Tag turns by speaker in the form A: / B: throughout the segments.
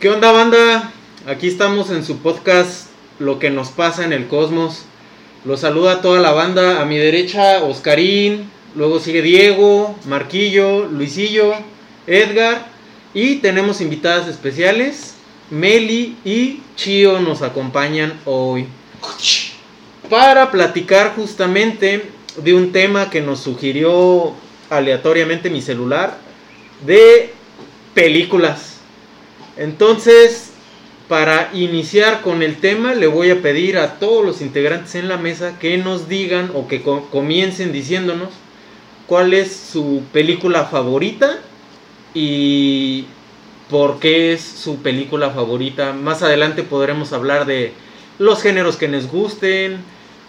A: ¿Qué onda banda? Aquí estamos en su podcast Lo que nos pasa en el cosmos. Los saluda a toda la banda. A mi derecha, Oscarín. Luego sigue Diego, Marquillo, Luisillo, Edgar. Y tenemos invitadas especiales. Meli y Chio nos acompañan hoy. Para platicar justamente de un tema que nos sugirió aleatoriamente mi celular. De películas. Entonces, para iniciar con el tema, le voy a pedir a todos los integrantes en la mesa que nos digan o que co- comiencen diciéndonos cuál es su película favorita y por qué es su película favorita. Más adelante podremos hablar de los géneros que nos gusten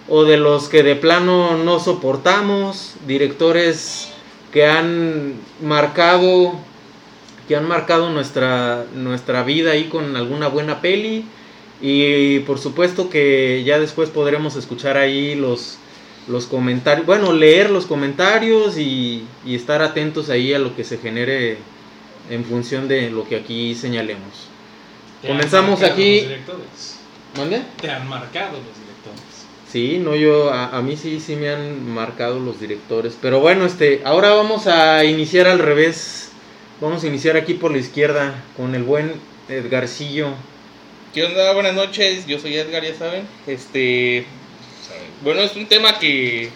A: o de los que de plano no soportamos, directores que han marcado que han marcado nuestra, nuestra vida ahí con alguna buena peli. Y por supuesto que ya después podremos escuchar ahí los, los comentarios, bueno, leer los comentarios y, y estar atentos ahí a lo que se genere en función de lo que aquí señalemos.
B: Te han
A: Comenzamos
B: marcado
A: aquí.
B: los directores.
A: ¿Mande?
B: Te han marcado los directores.
A: Sí, no, yo, a, a mí sí, sí me han marcado los directores. Pero bueno, este, ahora vamos a iniciar al revés. Vamos a iniciar aquí por la izquierda con el buen Edgarcillo.
C: ¿Qué onda? Buenas noches, yo soy Edgar, ya saben. Este, bueno, es un tema que,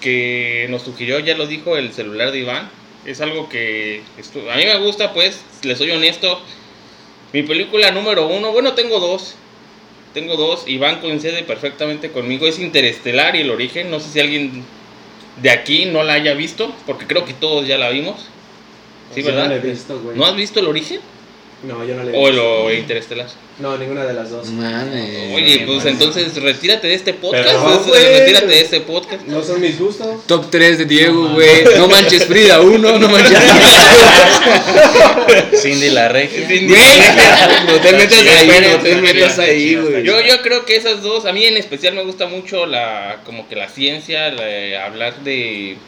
C: que nos sugirió, ya lo dijo el celular de Iván. Es algo que estu- a mí me gusta, pues, les soy honesto. Mi película número uno, bueno, tengo dos. Tengo dos, Iván coincide perfectamente conmigo. Es Interestelar y El Origen. No sé si alguien de aquí no la haya visto, porque creo que todos ya la vimos. Sí,
D: Yo No la he
C: ¿verdad?
D: visto, güey.
C: ¿No has visto El Origen?
D: No, yo no la he
C: O
D: visto.
C: lo Interestelar.
D: No, ninguna de las dos.
E: Mames.
C: Oye, pues entonces retírate de este podcast.
D: Perdón,
C: entonces,
D: güey.
C: retírate de este podcast.
D: No son mis gustos.
E: Top 3 de Diego, güey. No manches Frida 1, no manches.
F: Cindy la regia.
C: Sin-
E: Güey, no te metas ahí, no te
C: Tranquilo,
E: metas ahí,
F: tranquilo,
E: güey.
C: Yo, yo creo que esas dos, a mí en especial me gusta mucho la como que la ciencia, la- hablar de,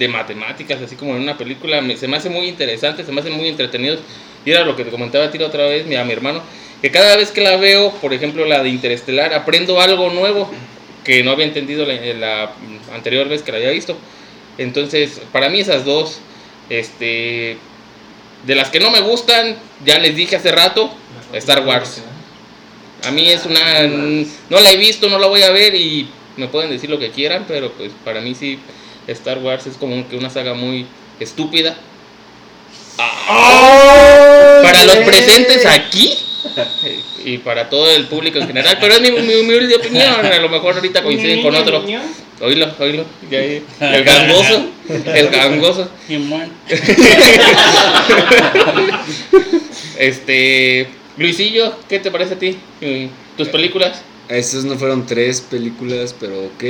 C: de matemáticas, así como en una película, me- se me hace muy interesante, se me hacen muy entretenidos. Y era lo que te comentaba a ti la otra vez, mi- a mi hermano, que cada vez que la veo, por ejemplo la de Interestelar, aprendo algo nuevo que no había entendido la, la anterior vez que la había visto. Entonces, para mí esas dos, este, de las que no me gustan, ya les dije hace rato, Star Wars. A mí es una. No la he visto, no la voy a ver y me pueden decir lo que quieran, pero pues para mí sí, Star Wars es como que una saga muy estúpida.
A: ¡Oh!
C: Para los
A: Eh,
C: presentes aquí y para todo el público en general, pero es mi, mi humilde opinión. A lo mejor ahorita coinciden con otro.
E: ¿Eh?
C: Oílo, oílo. ya, ya. El gangoso. El gangoso. Este. Luisillo, ¿qué te parece a ti? Mm, ¿Tus películas?
E: Esas no fueron tres películas, pero ok.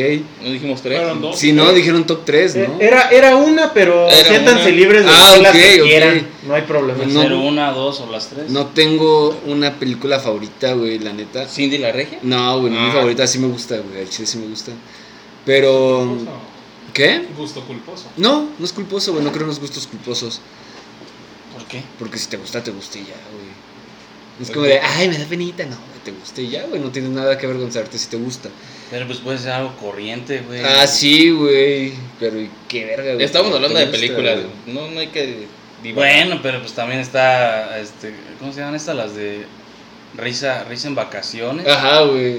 C: No dijimos tres.
B: Fueron dos.
E: Si no, dijeron top 3,
A: Eh,
E: ¿no?
A: Era, era una, pero
C: Era
A: siéntanse
C: una.
A: libres de
E: Ah,
A: decir las
E: ok,
A: que
E: ok.
A: quieran. No hay problema.
E: No.
F: Pero una, dos o las tres.
E: No tengo una película favorita, güey, la neta.
C: Cindy la regia.
E: No, güey, mi
C: Ah.
E: favorita sí me gusta, güey. Al chile sí me gusta. Pero. ¿Qué?
B: Gusto culposo.
E: No, no es culposo, güey. No creo en los gustos culposos.
F: ¿Por qué?
E: Porque si te gusta, te gusta y ya, güey. No Es como de, ay, me da penita, no, güey, te gusta y ya, güey. No tienes nada que avergonzarte si te gusta.
F: Pero pues puede ser algo corriente, güey.
E: Ah, sí, güey. Pero ¿y qué verga, güey.
C: Estamos
E: ¿Te
C: hablando de
E: gusta,
C: películas.
E: güey?
C: No, no hay que. divagar.
F: Bueno, pero pues también está, este, ¿cómo se llaman estas? Las de risa, risa en vacaciones.
E: Ajá, güey.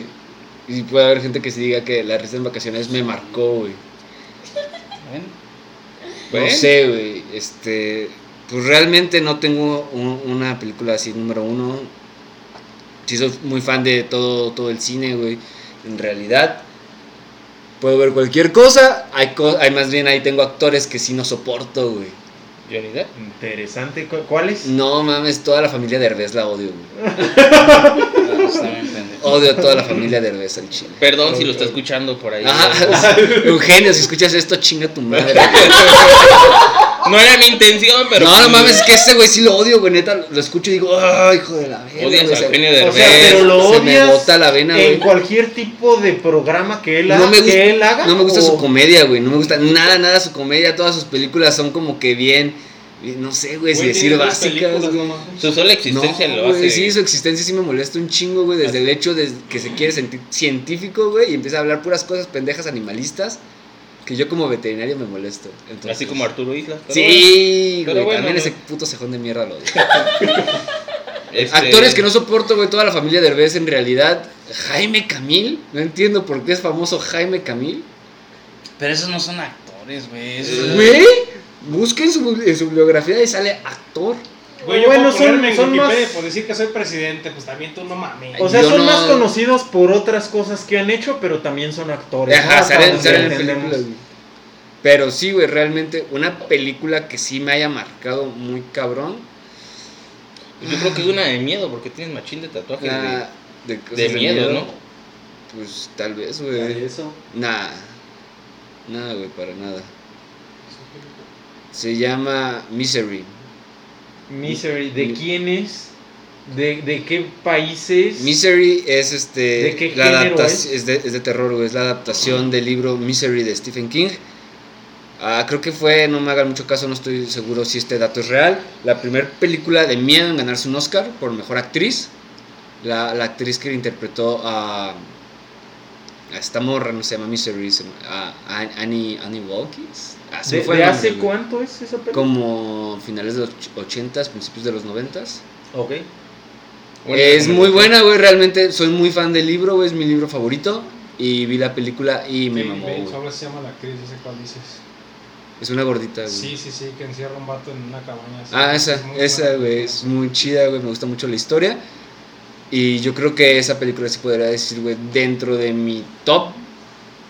E: Y puede haber gente que se diga que la risa en vacaciones me marcó, güey.
F: Bueno,
E: No
C: Bueno.
E: sé, güey. Este. Pues realmente no tengo un- una película así número uno. Sí, soy muy fan de todo, todo el cine, güey. En realidad, puedo ver cualquier cosa. Hay, co- hay más bien ahí tengo actores que sí no soporto, güey.
C: Johnny Depp.
A: Interesante. ¿Cu- ¿Cuál es?
E: No mames, toda la familia de Herbes la odio, güey.
F: está bien pues, pendejo.
E: Odio a toda la familia de Herbes al chile.
C: Perdón si lo está escuchando por ahí.
E: Ajá, Eugenio, si escuchas esto, chinga tu madre.
C: No era mi intención, pero.
E: no, no mames, es que ese güey sí lo odio, güey. Neta, lo escucho y digo, ¡ay, hijo de la verga!
C: Odias
E: güey,
C: a
E: se-
C: Eugenio
A: O sea,
C: Derbez.
A: pero lo
E: se
A: odias
E: me bota la vena,
A: en
E: güey.
A: cualquier tipo de programa que él,
E: No
A: ha-
E: me,
A: que él
E: gusta,
A: haga.
E: no me gusta
A: o-
E: su comedia, güey. No me gusta nada, nada su comedia. Todas sus películas son como que bien Y No sé, güey, si
B: Güey,
E: decir
B: tiene dos
E: básicas,
B: películas,
E: güey.
B: no mames.
C: Su sola existencia
E: No,
C: lo
E: güey,
C: hace.
E: Sí, su existencia sí me molesta un chingo, güey. Desde el hecho de que se quiere sentir científico, güey, y empieza a hablar puras cosas pendejas animalistas. Que yo como veterinario me molesto. Entonces,
C: Así como Arturo Islas. pero
E: Sí,
C: Pero
E: güey.
C: bueno,
E: también
C: no.
E: ese puto cejón de mierda lo odio.
C: bueno, este,
E: Actores que no soporto, güey. Toda la familia de Derbez en realidad. Jaime Camil. No entiendo por qué es famoso Jaime Camil.
F: Pero esos no son actores, güey. esos-
C: Eh.
E: Güey. Busquen su, en su biografía y sale actor.
B: Güey, yo
A: Bueno,
B: puedo
A: son-
B: ponerme en
A: son
B: Wikipedia
A: más-
B: por decir que soy presidente, pues también tú no mames.
A: O sea,
E: Yo
A: son
E: no-
A: más conocidos por otras cosas que han hecho, pero también son actores. ¿no?
E: Ajá,
A: Hasta
E: salen,
A: donde
E: salen en
A: entendemos.
E: películas, güey. Pero sí, güey, realmente una película que sí me haya marcado muy cabrón.
C: Yo creo que es una de miedo porque tienes machín de tatuajes.
E: la- de,
C: de,
E: cosas
C: de miedo, ¿no?
E: Pues tal vez,
D: Y
E: güey.
D: eso.
E: Nah. Nada, güey, para nada. Se llama Misery.
A: Misery, ¿de quién es? ¿De, de qué países?
E: Misery es este.
A: ¿De qué
E: la
A: género
E: adapta-
A: es?
E: de, es de terror, güey. Es la adaptación del libro Misery de Stephen King. Ah, creo que fue, no me hagan mucho caso, no estoy seguro si este dato es real. La primera película de miedo en ganarse un Oscar por mejor actriz. La, la actriz que interpretó a. a esta morra, no se llama Misery, se llama- a- a- Annie, Annie Wilkes. Ah, se
A: ¿De,
E: me fue el
A: de
E: nombre,
A: hace
E: güey.
A: cuánto es esa película?
E: Como finales de los 80s, principios de los 90s.
A: Ok.
C: Bueno,
E: es muy buena, güey. Realmente soy muy fan del libro, güey. Es mi libro favorito. Y vi la película y me mamó, güey.
B: Ahora se llama la actriz, ya sé cuál dices.
E: Es una gordita, güey.
B: Sí, sí, sí, que encierra un vato en una cabaña. así.
E: Ah,
B: Es
E: esa,
B: muy
E: esa,
B: buena
E: güey.
B: película.
E: Es muy chida, güey. Me gusta mucho la historia. Y yo creo que esa película sí podría decir, güey, dentro de mi top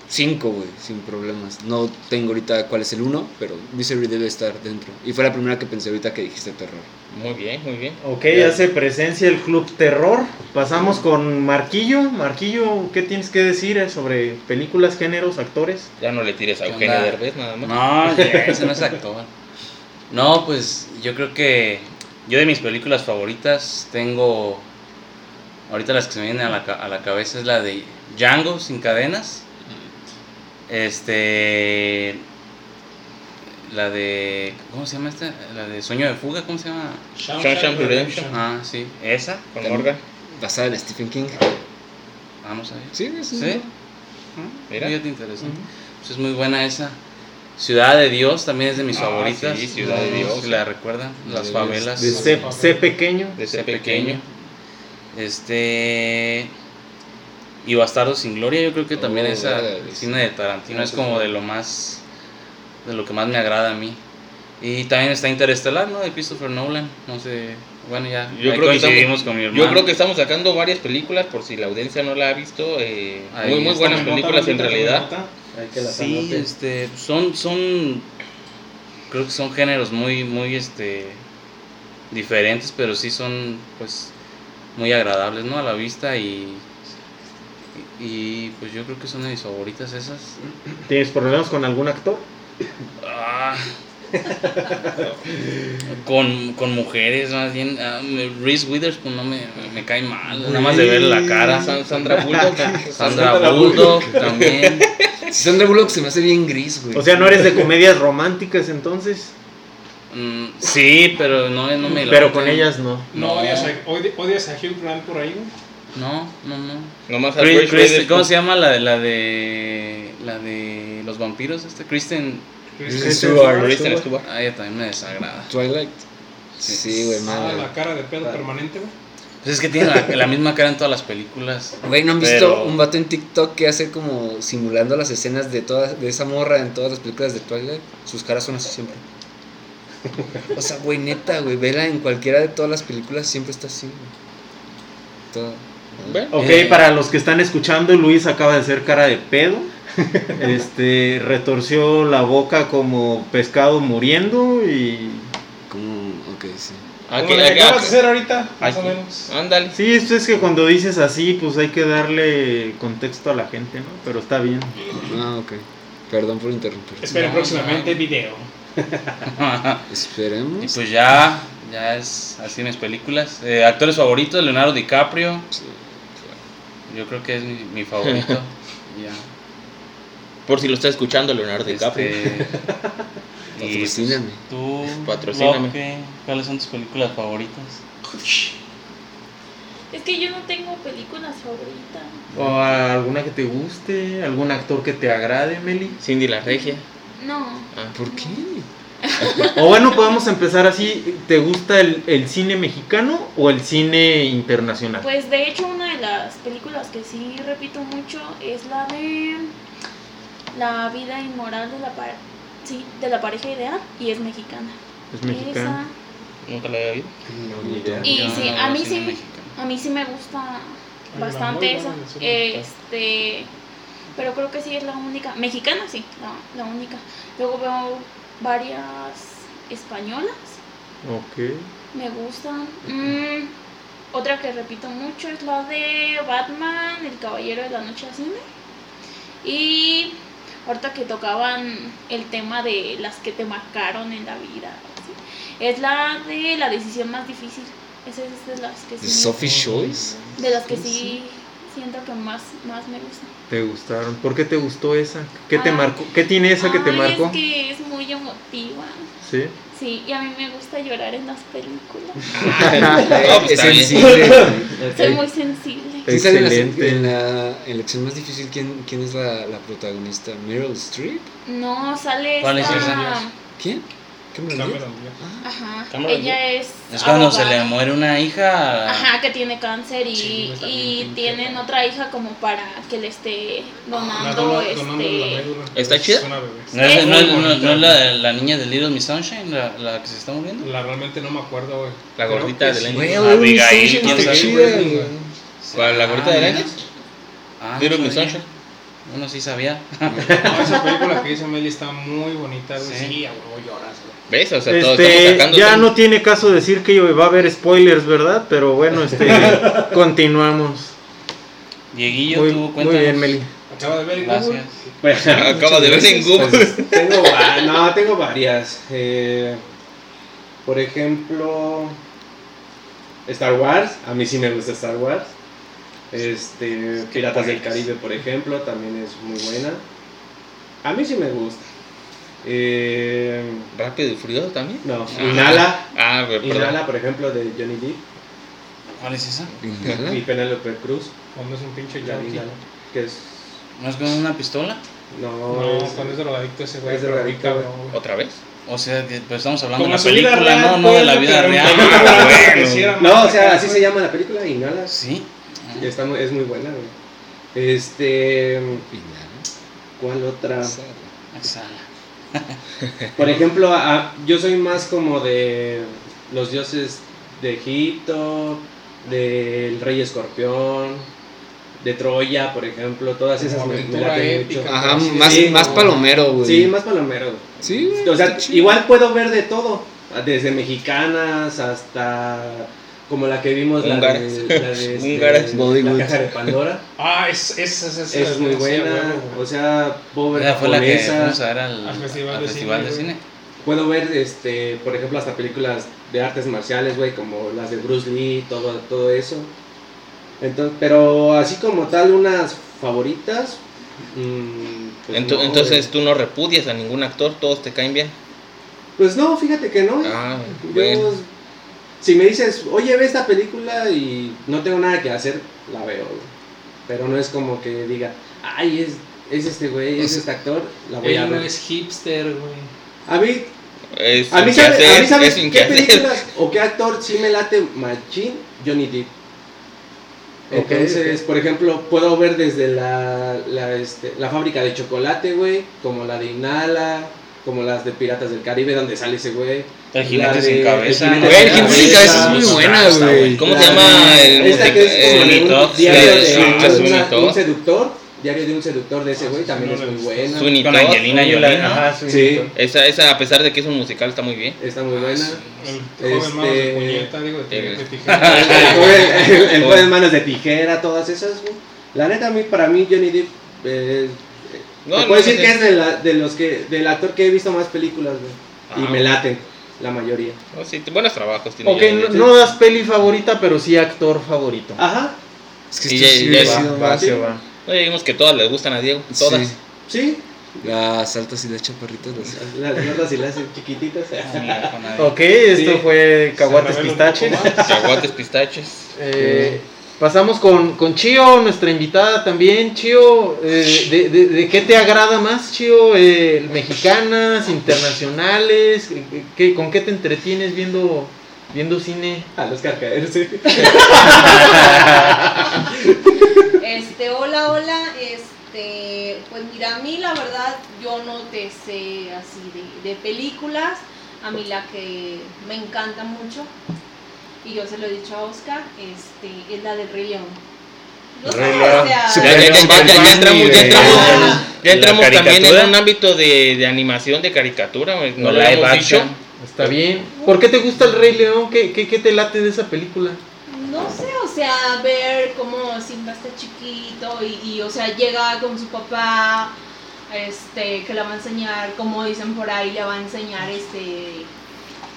E: 5, güey, sin problemas. No tengo ahorita cuál es el 1, pero Misery debe estar dentro. Y fue la primera que pensé ahorita que dijiste terror.
C: Muy bien, muy bien.
A: Ok, hace presencia el Club Terror. Pasamos con Marquillo. Marquillo, ¿qué tienes que decir eh, sobre películas, géneros, actores?
C: Ya no le tires a
F: ¿Qué
C: Eugenio
F: onda?
C: Derbez nada más.
F: No, ya, ese no es actor. No, pues yo creo que yo de mis películas favoritas tengo. Ahorita las que se me vienen a la, ca- a la cabeza es la de Django sin cadenas. Este. La de. ¿Cómo se llama esta? La de Sueño de Fuga, ¿cómo se llama?
C: Shawshank Redemption.
F: Ah, sí, esa.
C: Con Morgan.
E: Basada en Stephen King.
F: Vamos a ver.
E: Sí, es un-
F: ¿Sí?
C: Mira.
F: Mira. te interesa. Pues es muy buena esa. Ciudad de Dios también es de mis
C: Ah,
F: favoritas.
C: sí, Ciudad de
F: No
C: Dios.
F: sé si La recuerdan, las
E: de Dios.
F: favelas.
A: De C, C pequeño.
C: Desde
F: Ese
C: pequeño.
F: Este. Y Bastardos sin Gloria, yo creo que también
E: Oh,
F: esa
E: verga,
F: el
E: güey.
F: cine de Tarantino
E: Ah,
F: es
E: sí,
F: como
E: sí.
F: de lo más. de lo que más me agrada a mí. Y también está Interestelar, ¿no? De Christopher Nolan. No sé. Bueno, ya.
C: Yo
F: ahí
C: creo, que
F: coincidimos
C: estamos,
F: con mi hermano.
C: yo creo que estamos sacando varias películas por si la audiencia no la ha visto. eh,
F: Ahí
C: muy, muy
F: está,
C: buenas
B: ¿Me nota,
C: películas en
B: Lupita, me
C: realidad.
B: nota?
D: Hay que las
F: Sí,
D: anoten.
F: este, son, son, creo que son géneros muy, muy, este, diferentes, pero sí son, pues, muy agradables, ¿no? A la vista y, y, y, pues yo creo que son de mis favoritas esas.
A: ¿Tienes problemas con algún actor?
F: Ah. con, con mujeres, más bien, ah, me- Reese Witherspoon no me, me cae mal, nada más de ver la cara.
C: San- Sandra Bullock.
F: Sandra Bullock también.
E: Sandra Bullock se me hace bien gris, güey.
A: O sea, no eres de comedias románticas entonces,
F: Mm, sí, pero no, no me
A: pero con
F: late.
A: ellas no.
B: No,
F: No.
B: Odias, a, odi- odias a Hugh Grant por ahí, güey.
F: No, no, no.
C: Nomás a
F: Chris-
C: Chris
F: Chris-
C: Redder-
F: ¿Cómo se llama la de, la de la de los vampiros? Este Kristen,
A: Kristen
D: Stewart.
C: Kristen Stewart.
F: ah, ella también me desagrada.
E: Twilight.
F: Sí.
E: Sí, güey,
B: Ah,
E: man.
B: la cara de pedo permanente, güey.
F: Pues es que tiene la, la misma cara en todas las películas.
E: Güey, ¿no han visto
F: Pero-
E: un vato en TikTok que hace como simulando las escenas de todas de esa morra en todas las películas de Twilight? Sus caras son así siempre. O sea, güey, neta, güey, vela en cualquiera de todas las películas siempre está así, güey. Todo.
C: Bueno,
A: Ok,
F: Eh.
A: para los que están escuchando, Luis acaba de hacer cara de pedo. Este retorció la boca como pescado muriendo y
E: Como, ok, sí.
B: Como
C: aquí,
B: la que
C: acá-
B: acabas de hacer ahorita, más o
C: aquí.
B: menos.
C: Ándale.
A: sí, esto es que cuando dices así, pues hay que darle contexto a la gente, ¿no? Pero está bien.
E: Ah, ok. Perdón por interrumpir.
B: Esperen
F: No,
B: próximamente
F: no.
B: video.
F: y
E: Esperemos.
F: pues ya, ya es así mis películas. Eh, actores favoritos, Leonardo DiCaprio. Yo creo que es mi, mi favorito. ya.
C: Este, Por si lo está escuchando Leonardo DiCaprio.
F: Este, Y, pues,
E: Patrocíname.
F: tú,
C: Patrocíname.
F: Roque, ¿cuáles son tus películas favoritas?
G: Es que yo no tengo películas favoritas.
A: ¿O a alguna que te guste? ¿Algún actor que te agrade, Meli?
C: Cindy la Regia.
G: No.
C: Ah,
E: ¿Por qué?
A: O bueno, podemos empezar así. ¿Te gusta el, el cine mexicano o el cine internacional?
G: Pues de hecho una de las películas que sí repito mucho es la de La vida inmoral de la, par- sí, de la pareja ideal y es mexicana.
A: Es mexicano.
C: pues, nunca la había visto.
D: No, ni idea.
G: Esa- y
F: Yo
G: sí,
F: no
G: a
F: veo
G: mí
F: cine
G: sí,
F: mexicano.
G: a mí sí me gusta
B: Ay,
G: bastante
B: Ah, la
G: esa.
B: muy buena, sí,
G: Este, pero creo que sí es la única mexicana, sí, la, la única. Luego veo varias españolas
A: Ok.
G: Me gustan. Mm, otra que repito mucho es la de Batman, El Caballero de la Noche Asesina. Y ahorita que tocaban el tema de las que te marcaron en la vida. ¿sí? Es la de la decisión más difícil. Esa es de las que
E: ¿De
G: sí.
E: Sophie Choice?
G: de las que sí siento que más, más me gustan.
A: ¿Te gustaron? ¿Por qué te gustó esa? ¿Qué te
G: Ah.
A: marcó? ¿Qué tiene esa que te
G: Ay,
A: marcó?
G: Es que es muy emotiva.
A: Sí.
G: Sí, y a mí me gusta llorar en las películas.
C: No, pues,
E: es
C: está bien.
E: sensible.
G: Soy muy sensible.
E: ¿Sí saben las-
A: Excelente.
E: en la elección más difícil, ¿quién, quién es la, la protagonista? ¿Meryl Streep?
G: No, sale
F: ¿Cuál es
G: esta-
F: esa?
E: ¿Quién? ¿Cameron Díaz? Ah,
B: Cameron Díaz.
G: Ajá.
C: Cameron
G: Ella es.
F: Es cuando
G: abogada.
F: se le muere una hija.
G: Ajá, que tiene cáncer y,
B: Sí, pues, también
G: y
B: pinche,
G: tienen
B: ¿no?
G: otra hija como para que le esté
B: La
G: donando
B: dona- donándole la
G: este.
B: médula.
C: ¿Está
B: Es
C: chida?
B: una bebé.
F: ¿No es,
G: Es
F: no
B: muy
F: es- no-
B: bonita.
F: no es la, de- la niña de Little Miss Sunshine la, la que se está muriendo?
B: La realmente no me acuerdo, güey.
C: La
B: Creo
C: gordita
B: que
C: de
B: sí.
C: lentes.
E: Güey,
F: Ah,
E: Meryl
F: Abigail,
E: Streep
F: quién
E: está
F: sabe.
E: chida, güey.
C: ¿Cuál, la gorita
F: Ah,
C: de
F: mira.
C: arenas?
F: Ah,
C: Little
F: no
C: Miss
F: sabía.
C: Sunshine.
F: Uno sí sabía.
B: No, esa película que hizo Meli está muy bonita, güey.
F: Sí.
B: Sí, a huevo lloras, güey.
C: ¿Ves? O sea, todo estamos
A: Este,
C: sacando.
A: ya
C: todo.
A: no tiene caso decir que va a haber spoilers, ¿verdad? Pero bueno, este, continuamos.
F: Dieguillo,
A: Muy,
F: tú
A: muy
F: cuéntanos.
A: bien, Meli.
B: Acaba de ver en
F: Gracias.
C: Acabo de ver en Google.
D: Pues, tengo, va- no, tengo varias. Eh, por ejemplo, Star Wars. A mí sí me gusta Star Wars. Este, Piratas
B: pues
D: del Caribe, por ejemplo, también es muy buena. A mí sí me gusta. Eh,
C: Rápido y furioso también.
D: no,
C: Ah.
D: Inhala.
C: Ah, güey, perdón.
D: Inhala, por ejemplo, de Johnny Depp
F: ¿Cuál es esa?
B: ¿Eh?
E: ¿Inhala?
D: y Penélope Cruz.
B: Cuando es un pinche
D: la de
B: yankee.
D: Inhala, Que es.
F: ¿No es con una pistola?
D: No,
B: No,
D: es-
B: cuando es drogadicto ese güey.
D: Es
B: pero muy
D: drogadicto,
B: cabrón, güey.
C: ¿Otra vez?
F: O sea, que- pero estamos hablando
B: Como
F: de la
B: su vida
F: película,
B: real,
F: no, no de la
B: pues,
F: vida
B: pero-
F: real.
B: Ah, que sí era
D: No, o sea,
B: más-
D: así se llama la película, Inhala.
F: Sí.
D: Y está muy- es muy buena, güey. Este.
E: ¿Inhala?
D: ¿Cuál
E: Ah.
D: otra?
F: Ah, Exhala.
D: Por ejemplo, a- yo soy más como de los dioses de Egipto, del Rey Escorpión, de Troya, por ejemplo. Todas esas
B: Como
D: me, me
B: aventura
D: laten
B: épica.
D: mucho.
E: Ajá,
B: Sí,
E: más,
D: sí,
E: más
D: no.
E: palomero, Ah, güey.
D: Sí, más palomero.
E: Sí, güey,
D: O sea,
E: está chido.
D: igual puedo ver de todo. Desde mexicanas hasta como la que vimos, la de,
C: Húngaras.
D: la de, este,
C: Húngaras.
D: la
E: Bollywood.
D: caja de Pandora.
B: Ah, es, es, es, es,
D: Esa es muy
B: sí, a
D: buena.
B: huevo, güey.
D: O sea, puedo ver
F: Esa fue la que fuimos
D: japonesas,
F: a ver al,
B: al festival
F: al
B: de
F: festival
B: cine,
F: de
B: güey.
F: cine.
D: Puedo ver, este, por ejemplo, hasta películas de artes marciales, güey, como las de Bruce Lee, todo, todo eso. Entonces, pero así como tal, unas favoritas. mm, pues
C: Ento-
D: no,
C: entonces
D: güey.
C: tú no repudias a ningún actor, todos te caen bien.
D: Pues no, fíjate que no.
C: Ah,
D: Yo,
C: bueno.
D: si me dices, oye, ve esta película y no tengo nada que hacer, la veo, güey. Pero no es como que diga, ay, es, es este güey,
C: Pues
D: es este actor, la voy a
B: Él no
D: ver.
B: es hipster, güey.
D: A mí,
C: Es
D: A mí,
C: sin
D: sabe-
C: quehacer,
D: a mí sabes
C: es sin
D: qué
C: quehacer.
D: películas o qué actor sí me late machín, Johnny Depp. Entonces, por ejemplo, puedo ver desde la, la, este, la fábrica de chocolate, güey, como la de Inala, como las de Piratas del Caribe, donde sale ese güey.
F: El jinete
D: La
F: sin
D: de-
F: cabeza.
D: el jinete
E: Güey, el
D: sin
E: Jinete sin cabeza es muy buena,
F: Está
E: güey.
C: ¿Cómo
D: La
C: se llama
D: de-
C: el
D: Esta que es
C: music-
D: como de
C: el-
D: un
F: Sunny
D: diario
F: Top?
D: de,
F: Ah,
D: de una-
C: Sunny Top.
D: un seductor, diario de un seductor de ese
B: Ah,
D: güey,
B: sí,
D: también
B: no
D: es
B: lo he
D: muy
B: visto.
D: buena.
C: Sunny
F: Con
C: Todd.
F: Angelina Jolie, ¿no?
A: Ajá,
D: Ah, Sí.
C: Esa, esa, a pesar de que es un musical, está muy bien.
D: Está muy buena.
B: El joven manos de
D: Este-
B: puñeta, digo, de
C: el-
B: tigre, de tijera.
D: el juego- el- el juego de manos de tijera, todas esas, güey. La neta, a mí, para mí, Johnny Depp. eh,
C: No,
D: te
C: no,
D: puedo decir
C: no,
D: que es de, la- de los que, del actor que he visto más películas, güey. y
C: Ah.
D: me laten, la mayoría.
C: no, sí, buenos trabajos tiene.
A: Ok,
C: ya.
A: no, no das peli favorita, pero sí actor favorito.
D: Ajá,
E: Es que
C: Y
E: esto
C: ya-
E: sí
C: ya
E: hubiera
C: va,
E: sido
A: va,
E: más-
A: se va.
C: No, ya vimos que todas les gustan a Diego. Todas.
E: Sí.
D: sí.
E: Las altas y las chaparritas. las-
D: Las notas y las chiquititas.
A: Ok, esto
D: Sí.
A: fue Caguates
B: Se revela un poco
A: Pistache.
B: más.
C: Caguates, pistaches.
A: Eh, pasamos con, con Chio, nuestra invitada también. Chio, eh, de, de- de qué te agrada más, Chio? Eh, ¿Mexicanas, internacionales? Eh, ¿qué- ¿Con qué te entretienes viendo, viendo cine?
D: A los carcaderos.
H: Este, hola, hola, este, pues mira, a mí la verdad yo no te sé así de, de películas, a mí la que me encanta mucho, y yo se lo he dicho a Oscar, este, es la del Rey León. No sé,
E: Rey
H: o
E: León.
H: sea,
E: Sí,
C: Ya, ya, ya, ya, ya, ya entramos, ya entramos, ya
F: ¿La
C: entramos también
F: caricatura?
C: en un ámbito de, de animación, de caricatura. güey. No
F: O
C: lo
F: live
C: hemos dicho.
F: action.
A: Está bien. ¿Por qué te gusta el Rey León? ¿Qué, qué- qué te late de esa película?
H: No sé, o sea, ver cómo Simba está chiquito y, y, o sea, llega con su papá, este, que le va a enseñar, como dicen por ahí, le va a enseñar, este,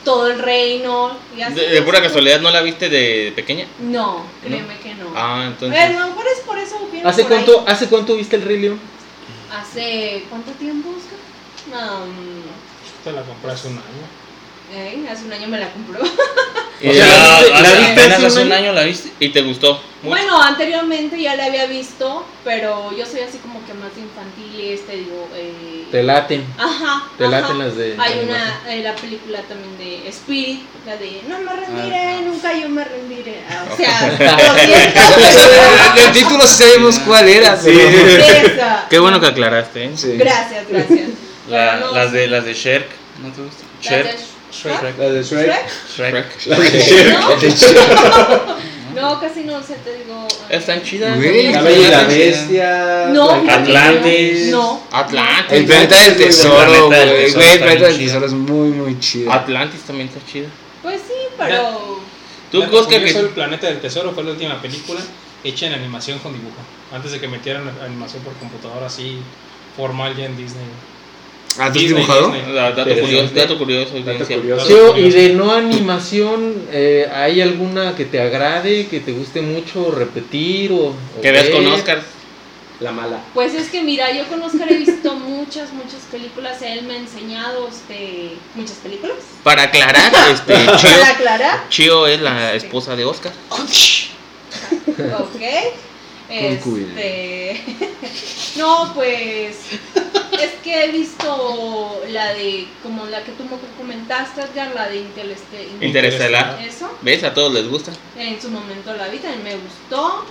H: todo el reino. y así,
C: De, de pura
H: o sea,
C: casualidad, ¿no la viste de pequeña?
H: No, créeme que no.
C: Ah,
H: Pero
C: entonces.
H: a lo mejor es por eso. vieron
A: ¿Hace
H: por ahí.
A: cuánto, ¿Hace cuánto viste el Rey León?
H: ¿Hace cuánto tiempo, Oscar? Ah, mm,
B: Te la compré hace un año.
H: eh, hace un año me la compró.
A: O
C: Y-
A: sea, ¿la viste- la
F: hace-
A: viste
F: apenas
A: hace un
F: hace un
A: año?
F: año la viste.
C: ¿Y te gustó? mucho?
H: Bueno, anteriormente ya la había visto, pero yo soy así como que más infantil, este, digo... Eh,
A: Te laten.
H: Ajá.
A: Te
H: ajá.
A: laten las de.
H: Hay
A: animación.
H: una, eh, la película también de Spirit, la de No me
A: Ah,
H: rendiré, nunca yo me rendiré. Ah, O sea, lo siento,
E: El- El título sí sabíamos cuál era, pero.
H: pero es esa.
C: Qué bueno que aclaraste. ¿eh?
E: Sí.
H: Gracias, gracias.
F: La-
H: Pero no,
F: las, de, las de Shrek. Ah, ¿No te gusta?
H: las de
F: Shrek.
H: Shrek.
D: La de Shrek.
H: Shrek.
F: Shrek.
H: No, casi no, se te digo. eh,
C: Están chidas.
E: Güey,
C: ¿no?
D: La Bella y la
C: Están chidas.
D: Bestia.
H: No,
D: la-
F: Atlantis.
H: No.
C: Atlantis.
E: El planeta del
F: El
E: tesoro,
F: planeta del
E: güey. Güey,
F: tesoro
E: El
F: está
E: planeta del
F: bien chido.
E: tesoro es muy, muy chido.
C: Atlantis también está chida.
H: Pues sí, pero.
C: ¿Tú,
B: La
C: Oscar,
B: Curioso,
C: que
B: El Planeta del Tesoro fue la última película hecha en animación con dibujo. Antes de que metieran la animación por computadora así formal ya en Disney.
E: ¿Ah, tú has
B: Disney,
E: dibujado?
B: Disney.
C: Ah, Dato curioso, dato curioso, audiencia.
D: curioso.
A: Chio, y de no animación, eh, ¿hay alguna que te agrade, que te guste mucho repetir o, o
C: Que veas con Oscar.
D: La mala.
H: Pues es que mira, yo con Oscar he visto muchas, muchas películas. Él me ha enseñado este, muchas películas.
C: Para aclarar, este,
H: Para
C: Chio,
H: aclarar.
C: Chio es la esposa de Oscar.
H: Ok. Este... no, pues es que he visto la de, como la que tú me comentaste, Edgar, la de Inteleste.
C: Interestelar.
H: Eso,
C: ¿Ves? A todos les gusta.
H: en su momento la vi, también me gustó.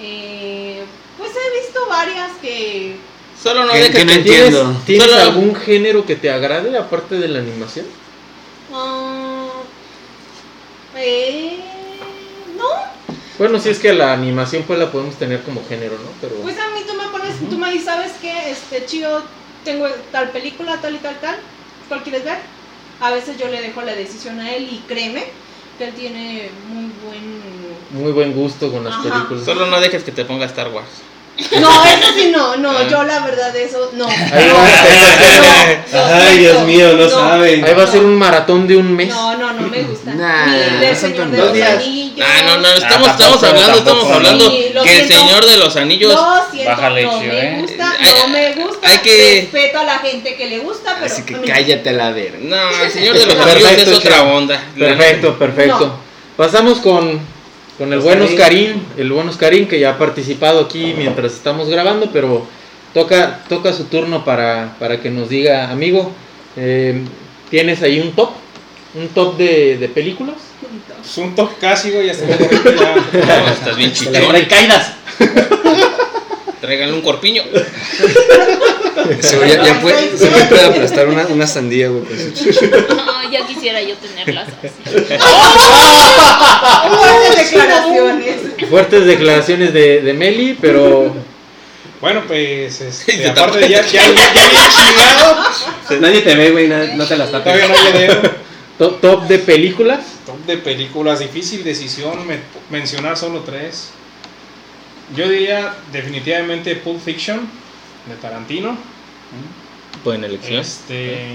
H: Eh, pues he visto varias que...
C: Solo no
E: Que-
C: dejes
E: que no
C: que-
E: entiendo.
A: ¿Tienes, tienes
C: Solo-
A: algún género que te agrade aparte de la animación?
H: ah, eh, no,
A: Bueno, si es que la animación pues la podemos tener como género, ¿no? Pero
H: Pues a mí tú me pones, tú me dices, ¿sabes qué? Este, chido, tengo tal película, tal y tal, tal. ¿Cuál quieres ver? A veces yo le dejo la decisión a él y créeme que él tiene muy buen...
A: muy buen gusto con las
H: Ajá.
A: películas.
C: Solo no dejes que te ponga Star Wars.
H: No, eso sí no,
D: Ah.
H: no, yo la verdad eso no.
A: Ahí va,
H: No, lo
D: Ay,
H: siento,
D: Dios mío, no
A: ahí
D: saben.
A: va a ser un maratón de un mes.
H: No, no, no me gusta.
E: Nah,
H: Ni
E: no
H: el
E: son
H: Señor
E: tan
H: de los
D: dos días.
H: Anillos.
C: Ah, no, no, estamos,
F: tampoco,
C: estamos hablando, estamos
F: tampoco,
C: hablando
H: sí, lo
C: que el
H: siento.
C: Señor de los Anillos.
H: Lo siento,
F: Bájale,
H: no
F: Chio,
H: me
F: eh.
H: gusta,
C: Hay-
H: no me gusta.
C: hay que-
H: Respeto a la gente que le gusta, pero
E: Así
H: a
E: que
H: mí no.
E: cállate a la verga.
C: No, el Señor de los
A: Perfecto,
C: Anillos es otra
A: Chio.
C: onda.
A: Perfecto, perfecto.
H: No.
A: Pasamos con, con el buen Oscarín, el buen Oscarín que ya ha participado aquí mientras estamos grabando, pero toca, toca su turno para, para que nos diga, amigo, eh, ¿tienes ahí un top? ¿Un top de, de películas?
B: Es un top casi, güey, hasta que ya-
C: No, estás bien chichón.
A: caídas.
C: Tráiganle un corpiño.
E: Seguro ya, ya puede, se puede aplastar una, una sandía, güey. con su-
G: Ay, ya quisiera yo tenerlas así.
H: Fuertes declaraciones.
A: Fuertes declaraciones de, de Meli, pero
B: Bueno, pues,
C: Y
B: este,
C: te
B: aparte de ya, ya, ya, bien chingado,
D: Nadie te ve, güey, na- no te las tapes.
B: todavía no hay dedo.
A: to- top de películas.
B: Top de películas, difícil decisión me- mencionar solo tres. Yo diría definitivamente Pulp Fiction de Tarantino.
A: Mm.
C: Buena elección.
B: Este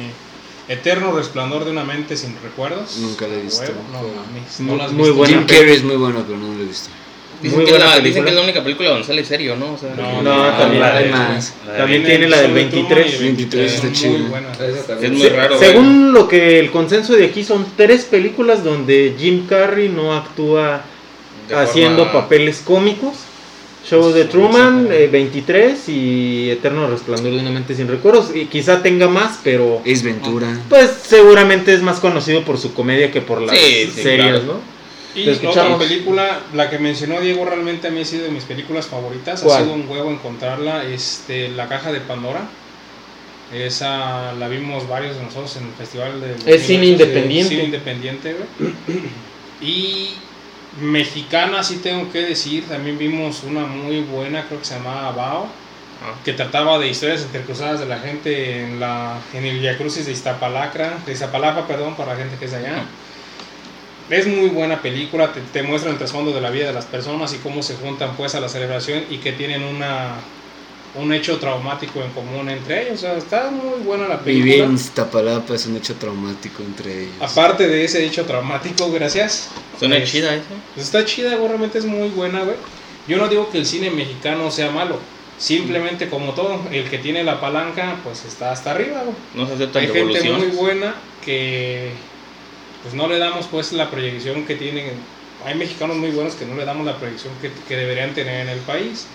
B: Eterno Resplandor de una mente sin recuerdos.
E: Nunca la he
B: A
E: visto.
B: huevo, No, mames, no
A: Muy-
B: la has
A: muy
B: visto.
A: buena.
E: Jim Carrey es muy bueno, pero no lo he visto.
C: Dicen,
A: Muy
C: que, es
A: buena
C: la, dicen
A: película.
C: que es la única película donde sale serio, ¿no? O sea,
B: No,
A: No, también.
B: la de-
E: Hay más.
F: La de
A: También
B: Vienen
A: tiene la del
B: solo tú y
A: 23.
E: 23 está
B: muy
E: chido.
B: buena.
D: Esa
C: es
D: también.
C: muy raro. güey.
A: Según lo que el consenso de aquí son tres películas donde Jim Carrey no actúa
C: De
A: haciendo
C: forma-
A: papeles cómicos. Show de Truman, eh, 23 y Eterno Resplandor de una mente sin recuerdos. Y quizá tenga más, pero
E: Es Ventura.
A: pues seguramente es más conocido por su comedia que por las
C: Sí, sí,
A: series,
C: claro.
A: ¿no?
B: Y
A: Te
B: otra
A: escuchamos.
B: película, la que mencionó Diego, realmente a mí ha sido de mis películas favoritas.
A: ¿Cuál?
B: Ha sido un huevo encontrarla. Este, la caja de Pandora. Esa la vimos varios de nosotros en el festival de.
A: Es cine independiente.
B: Cine independiente, güey. y mexicana, sí tengo que decir. También vimos una muy buena, creo que se llamaba Bao.
C: Ah.
B: Que trataba de historias intercruzadas de la gente en, la, en el Via Crucis de Iztapalacra, de Iztapalapa, perdón, para la gente que es de allá. Es muy buena película, te, te muestra el trasfondo de la vida de las personas y cómo se juntan pues a la celebración y que tienen una un hecho traumático en común entre ellos. O sea, está muy buena la película.
E: Vivir en Iztapalapa es un hecho traumático entre ellos.
B: Aparte de ese hecho traumático, gracias.
C: Suena
B: Pues,
C: chida eso.
B: pues está chida, güey, realmente es muy buena, güey. Yo no digo que el cine mexicano sea malo. Simplemente como todo, el que tiene la palanca pues está hasta arriba, güey.
C: No se
B: Hay
C: aceptan
B: gente muy
C: revoluciones.
B: buena que pues no le damos pues la proyección que tienen. Hay mexicanos muy buenos que no le damos la proyección que, que deberían tener en el país.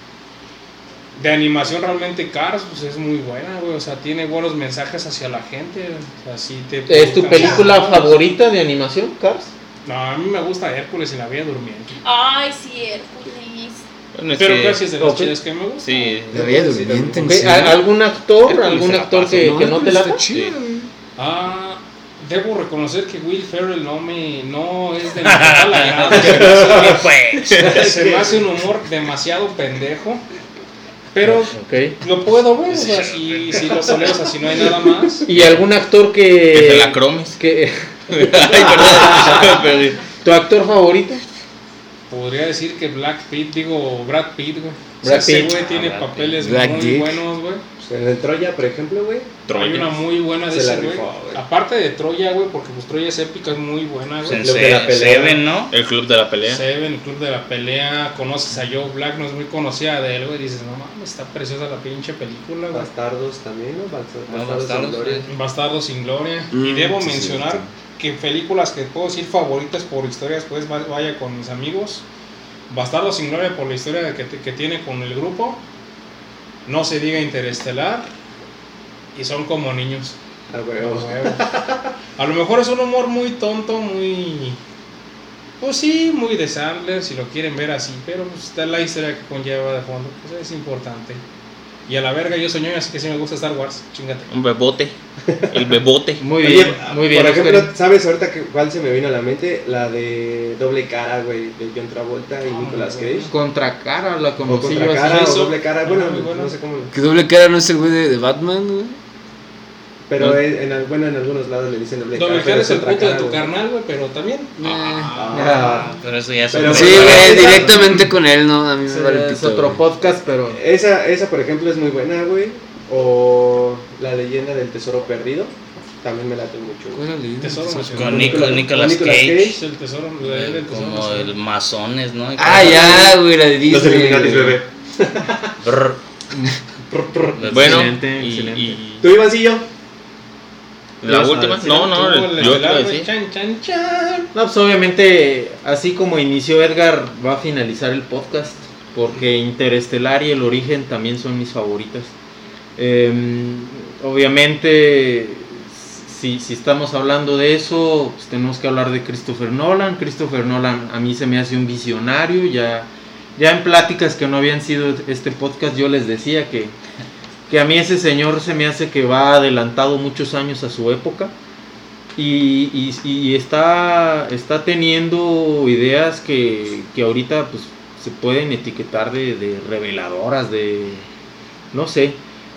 B: De animación realmente Cars pues es muy buena, güey. O sea, tiene buenos mensajes hacia la gente. O sea, sí te
A: ¿Es tu
B: provoca-
A: película favorita de animación, Cars?
B: No, a mí me gusta Hércules y la vida durmiente.
G: Ay, sí, Hércules.
C: Bueno, es
B: Pero
C: que-
B: casi es de las
A: ok.
B: chidas que me gusta.
C: Sí.
E: La vida
D: Sí,
E: durmiente en
A: Ok,
E: serio.
A: ¿a- ¿Algún actor,
C: Hércules
A: algún
C: se la
A: actor
C: pasa,
A: que que no
E: Hércules
A: te lata? Eh,
E: está chido, güey.
B: Ah, debo reconocer que Will Ferrell no me no es de mi total
F: Ah,
B: agrado. Se me hace-
F: pues.
B: se me hace un humor demasiado pendejo. Pero
A: Ok.
B: lo puedo ver, o sea, si, si lo tolero, o sea, si no hay nada más.
A: ¿Y algún actor
C: Que te la
A: que...
C: cromes.
A: que
C: Ay, perdón. Perdí.
A: ¿Tu actor favorito?
B: Podría decir que Black Pitt, digo Brad Pitt, güey. O sea,
A: Brad
B: ese
A: Pitt.
B: güey tiene
F: Brad Pitt.
B: papeles
E: Black
B: muy
E: Dick.
B: buenos, güey.
D: Pues en el Troya, por ejemplo, güey.
C: Troya.
B: Hay una muy buena de
D: Se la
B: ese, güey.
D: rifó, güey.
B: Aparte de Troya, güey, porque pues Troya es épica, es muy buena, güey.
F: En
D: Lo que la
F: pues, Se-
D: pelea.
F: Seven, ¿no?
C: El club de la pelea.
B: Seven, el club de la pelea, conoces a Joe Black, no es muy conocida de él, güey. Dices, no mames, está preciosa la pinche película, güey.
D: Bastardos también, ¿no? Bastardos,
F: No,
D: Bastardos en
F: Bastardos,
D: Gloria.
F: sí.
B: Bastardo sin Gloria. y
E: Mm,
B: debo
E: sí,
B: mencionar
E: sí,
B: que películas que puedo decir favoritas por historias, pues va- vaya con mis amigos. Bastardo sin Gloria por la historia que, te- que tiene con el grupo. No se diga interestelar. Y son como niños.
D: Ah, huevo.
B: A lo mejor es un humor muy tonto, muy. Pues sí, muy de Sandler, si lo quieren ver así, pero pues está la historia que conlleva de fondo, pues es importante. Y a la verga, yo soñé, así que sí me gusta Star Wars, chingate.
C: Un bebote. El bebote.
A: Muy
D: Oye,
A: bien, muy bien.
D: Por
A: Oscar.
D: ejemplo, ¿sabes ahorita que- cuál se me vino a la mente? La de Doble Cara, güey, de John Travolta y
B: Ah,
D: Nicolas
B: muy
D: Cage.
A: Contracara la
D: O
A: conocí yo
D: Contra
A: así.
D: Cara, o
B: hizo.
D: Doble Cara,
B: Ah,
D: bueno,
B: muy bueno.
D: no sé cómo. lo-
E: Que doble cara no es el güey de, de Batman, güey.
D: Pero
E: No.
D: en, en al- bueno, en algunos lados le dicen Doble Cara.
B: Doble
D: pero
B: cara es el
D: Contra
B: puto de
D: Cara,
B: tu
D: güey.
B: carnal, güey, pero también.
D: Ah.
F: Pero eso ya es
D: Pero-
F: otra
E: Eh, Sí,
F: cosa.
E: güey,
D: esa-
E: directamente con él, no, a mí me vale
A: Es,
E: pito,
A: otro
E: güey.
A: podcast, pero
D: Esa, esa, por ejemplo, es muy buena, güey. O La Leyenda del Tesoro Perdido. También me late mucho. güey.
E: ¿Cuál era la leyenda?
B: Tesoro nacional.
F: Con Nico- Nicolas
D: Nicolas
F: Cage.
B: Es el tesoro, la ley
F: Eh,
B: del tesoro
F: Como
B: nacional.
F: el masones, ¿no? Y
E: Ah,
F: cosas
E: ya, güey, la de Disney.
D: Los Illuminatis,
E: güey.
D: bebé.
F: así. Brr.
D: Prr, prr.
F: Los-
C: Bueno,
A: Excelente,
C: y-
A: excelente.
C: y
D: ¿Tú, Ivancillo?
C: la
A: Vas a
C: última.
A: decir
C: No,
B: Tú,
C: no,
B: el
C: yo te
B: estelar,
C: iba a
B: güey,
C: decir.
B: Chan, chan, chan.
A: no, pues obviamente así como inició Edgar va a finalizar el podcast porque Interestelar y El Origen también son mis favoritas. Em, obviamente si, si estamos hablando de eso, pues tenemos que hablar de Christopher Nolan. Christopher Nolan a mí se me hace un visionario. Ya, ya en pláticas que no habían sido este podcast, yo les decía que, que a mí ese señor se me hace que va adelantado muchos años a su época. Y, y- y está, está teniendo ideas que, que ahorita pues, se pueden etiquetar de, de reveladoras, de... no sé.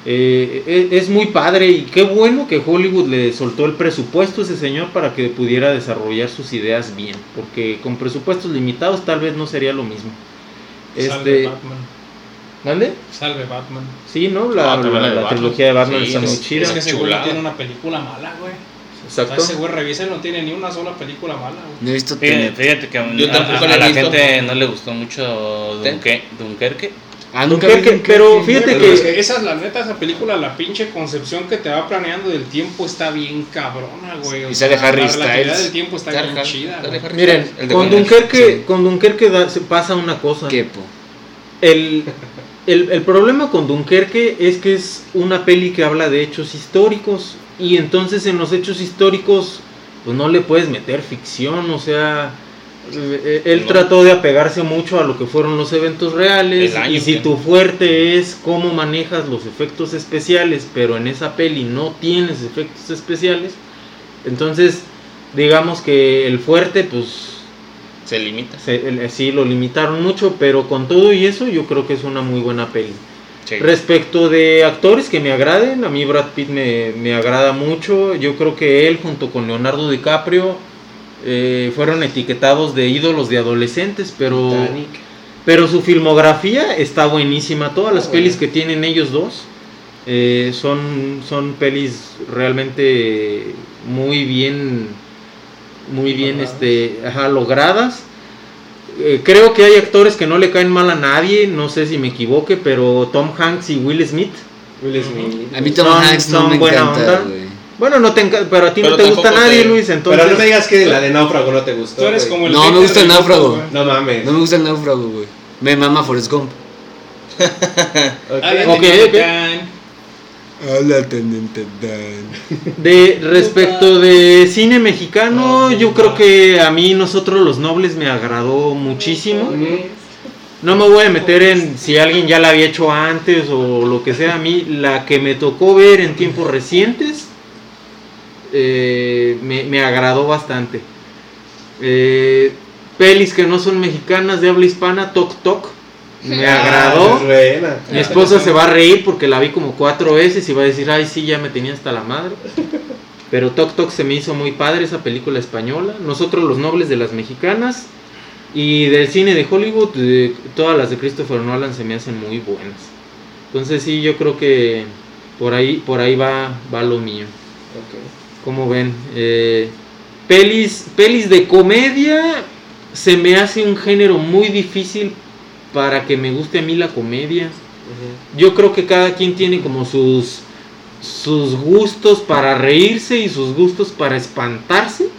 A: Eh, e- es muy padre y qué bueno que Hollywood le soltó el presupuesto a ese señor para que pudiera desarrollar sus ideas bien, porque con presupuestos limitados tal vez no sería lo mismo.
B: Salve
A: Este,
B: Batman.
A: ¿Mande?
B: Salve Batman.
A: Sí, ¿no? La,
C: Ah,
A: la-
C: también la de
A: la
C: Batman.
A: trilogía de Batman
C: Sí,
A: está muy
C: es-
A: chida.
B: Es que ese güey no
C: chulada.
B: tiene una película mala, güey.
A: Exacto.
B: Ese güey, revisen, no tiene ni una sola película mala, güey.
E: No he
A: Eh,
E: visto
F: Fíjate,
E: Tenet.
F: fíjate que a,
C: Yo
F: a-
C: tampoco
F: a
C: la he
F: la
C: visto.
F: gente no le gustó mucho Dunque- Dunkerque.
E: Ah, nunca
A: Dunkerque,
E: vi
A: pero fíjate
B: Pero
A: que
B: es que esa es la neta, esa película, la pinche concepción que te va planeando del tiempo está bien cabrona, güey. O
E: Y sale
B: sea,
E: Harry
B: la relatividad
E: Styles.
B: del tiempo está
C: Sale
B: bien
C: Harry-
B: chida,
C: sale
B: güey.
C: Harry
A: Miren,
C: Styles, el de
A: con
C: Warner.
A: Dunkerque,
E: Sí.
A: con Dunkerque da- se pasa una cosa.
E: Kepo.
A: El, el, el problema con Dunkerque es que es una peli que habla de hechos históricos. Y entonces en los hechos históricos, pues no le puedes meter ficción. O sea, eh, él
C: No.
A: trató de apegarse mucho a lo que fueron los eventos reales.
C: El año
A: Y si
C: que-
A: tu fuerte es cómo manejas los efectos especiales, pero en esa peli no tienes efectos especiales, entonces digamos que el fuerte, pues
C: Se limita.
A: se- el- eh, sí, lo limitaron mucho, pero con todo y eso yo creo que es una muy buena peli.
C: Sí.
A: Respecto de actores que me agraden, a mí Brad Pitt me, me agrada mucho, yo creo que él junto con Leonardo DiCaprio eh, fueron etiquetados de ídolos de adolescentes, pero,
D: Titanic.
A: pero su filmografía está buenísima, todas las
D: Ah,
A: pelis
D: bueno.
A: que tienen ellos dos eh, son, son pelis realmente muy bien muy bien
B: Logradas.
A: este ajá, logradas Eh, creo que hay actores que no le caen mal a nadie no sé si me equivoque pero Tom Hanks y Will Smith
D: Will Smith.
E: A mí Tom
A: Son-
E: Hanks no
A: son
E: me
A: buena
E: encanta,
A: onda.
E: güey.
A: bueno no te enca- pero a ti no
C: Pero
A: te gusta
C: tampoco
A: nadie
C: te-
A: Luis entonces
D: Pero no me digas que la de Náufrago no te gustó.
B: Tú eres
D: güey.
B: como el
E: No,
B: hater
E: me gusta el
B: del grupo,
E: náufrago.
B: güey.
D: No mames.
E: No me gusta el náufrago, güey. Me mama Forrest Gump.
D: Ok.
B: Alan
A: Ok,
B: de
A: ok.
B: Yucatán.
E: Hola, teniente Dan.
A: de respecto de cine mexicano yo creo que a mí nosotros los nobles me agradó muchísimo No me voy a meter en si alguien ya la había hecho antes o lo que sea. A mí, la que me tocó ver en tiempos recientes eh, me, me agradó bastante. Eh, pelis que no son mexicanas de habla hispana, Toc Toc, me
D: Ah,
A: agradó.
D: es buena.
A: Mi esposa se va a reír porque la vi como cuatro veces y va a decir, ay, sí, ya me tenía hasta la madre. Pero Toc Toc se me hizo muy padre esa película española. Nosotros los nobles de las mexicanas. Y del cine de Hollywood, eh, todas las de Christopher Nolan se me hacen muy buenas. Entonces sí, yo creo que por ahí, por ahí va, va lo mío.
D: Ok.
A: Como ven, eh, pelis, pelis de comedia se me hace un género muy difícil para que me guste a mí la comedia
D: Ujú.
A: yo creo que cada quien tiene como sus sus gustos para reírse y sus gustos para espantarse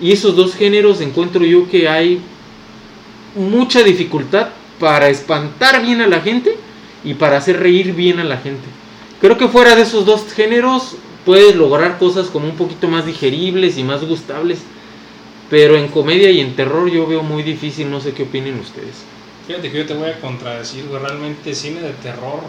A: y esos dos géneros encuentro yo que hay mucha dificultad para espantar bien a la gente y para hacer reír bien a la gente creo que fuera de esos dos géneros puedes lograr cosas como un poquito más digeribles y más gustables pero en comedia y en terror yo veo muy difícil no sé qué opinen ustedes
B: Fíjate que yo te voy a contradecir, güey. Realmente cine de terror.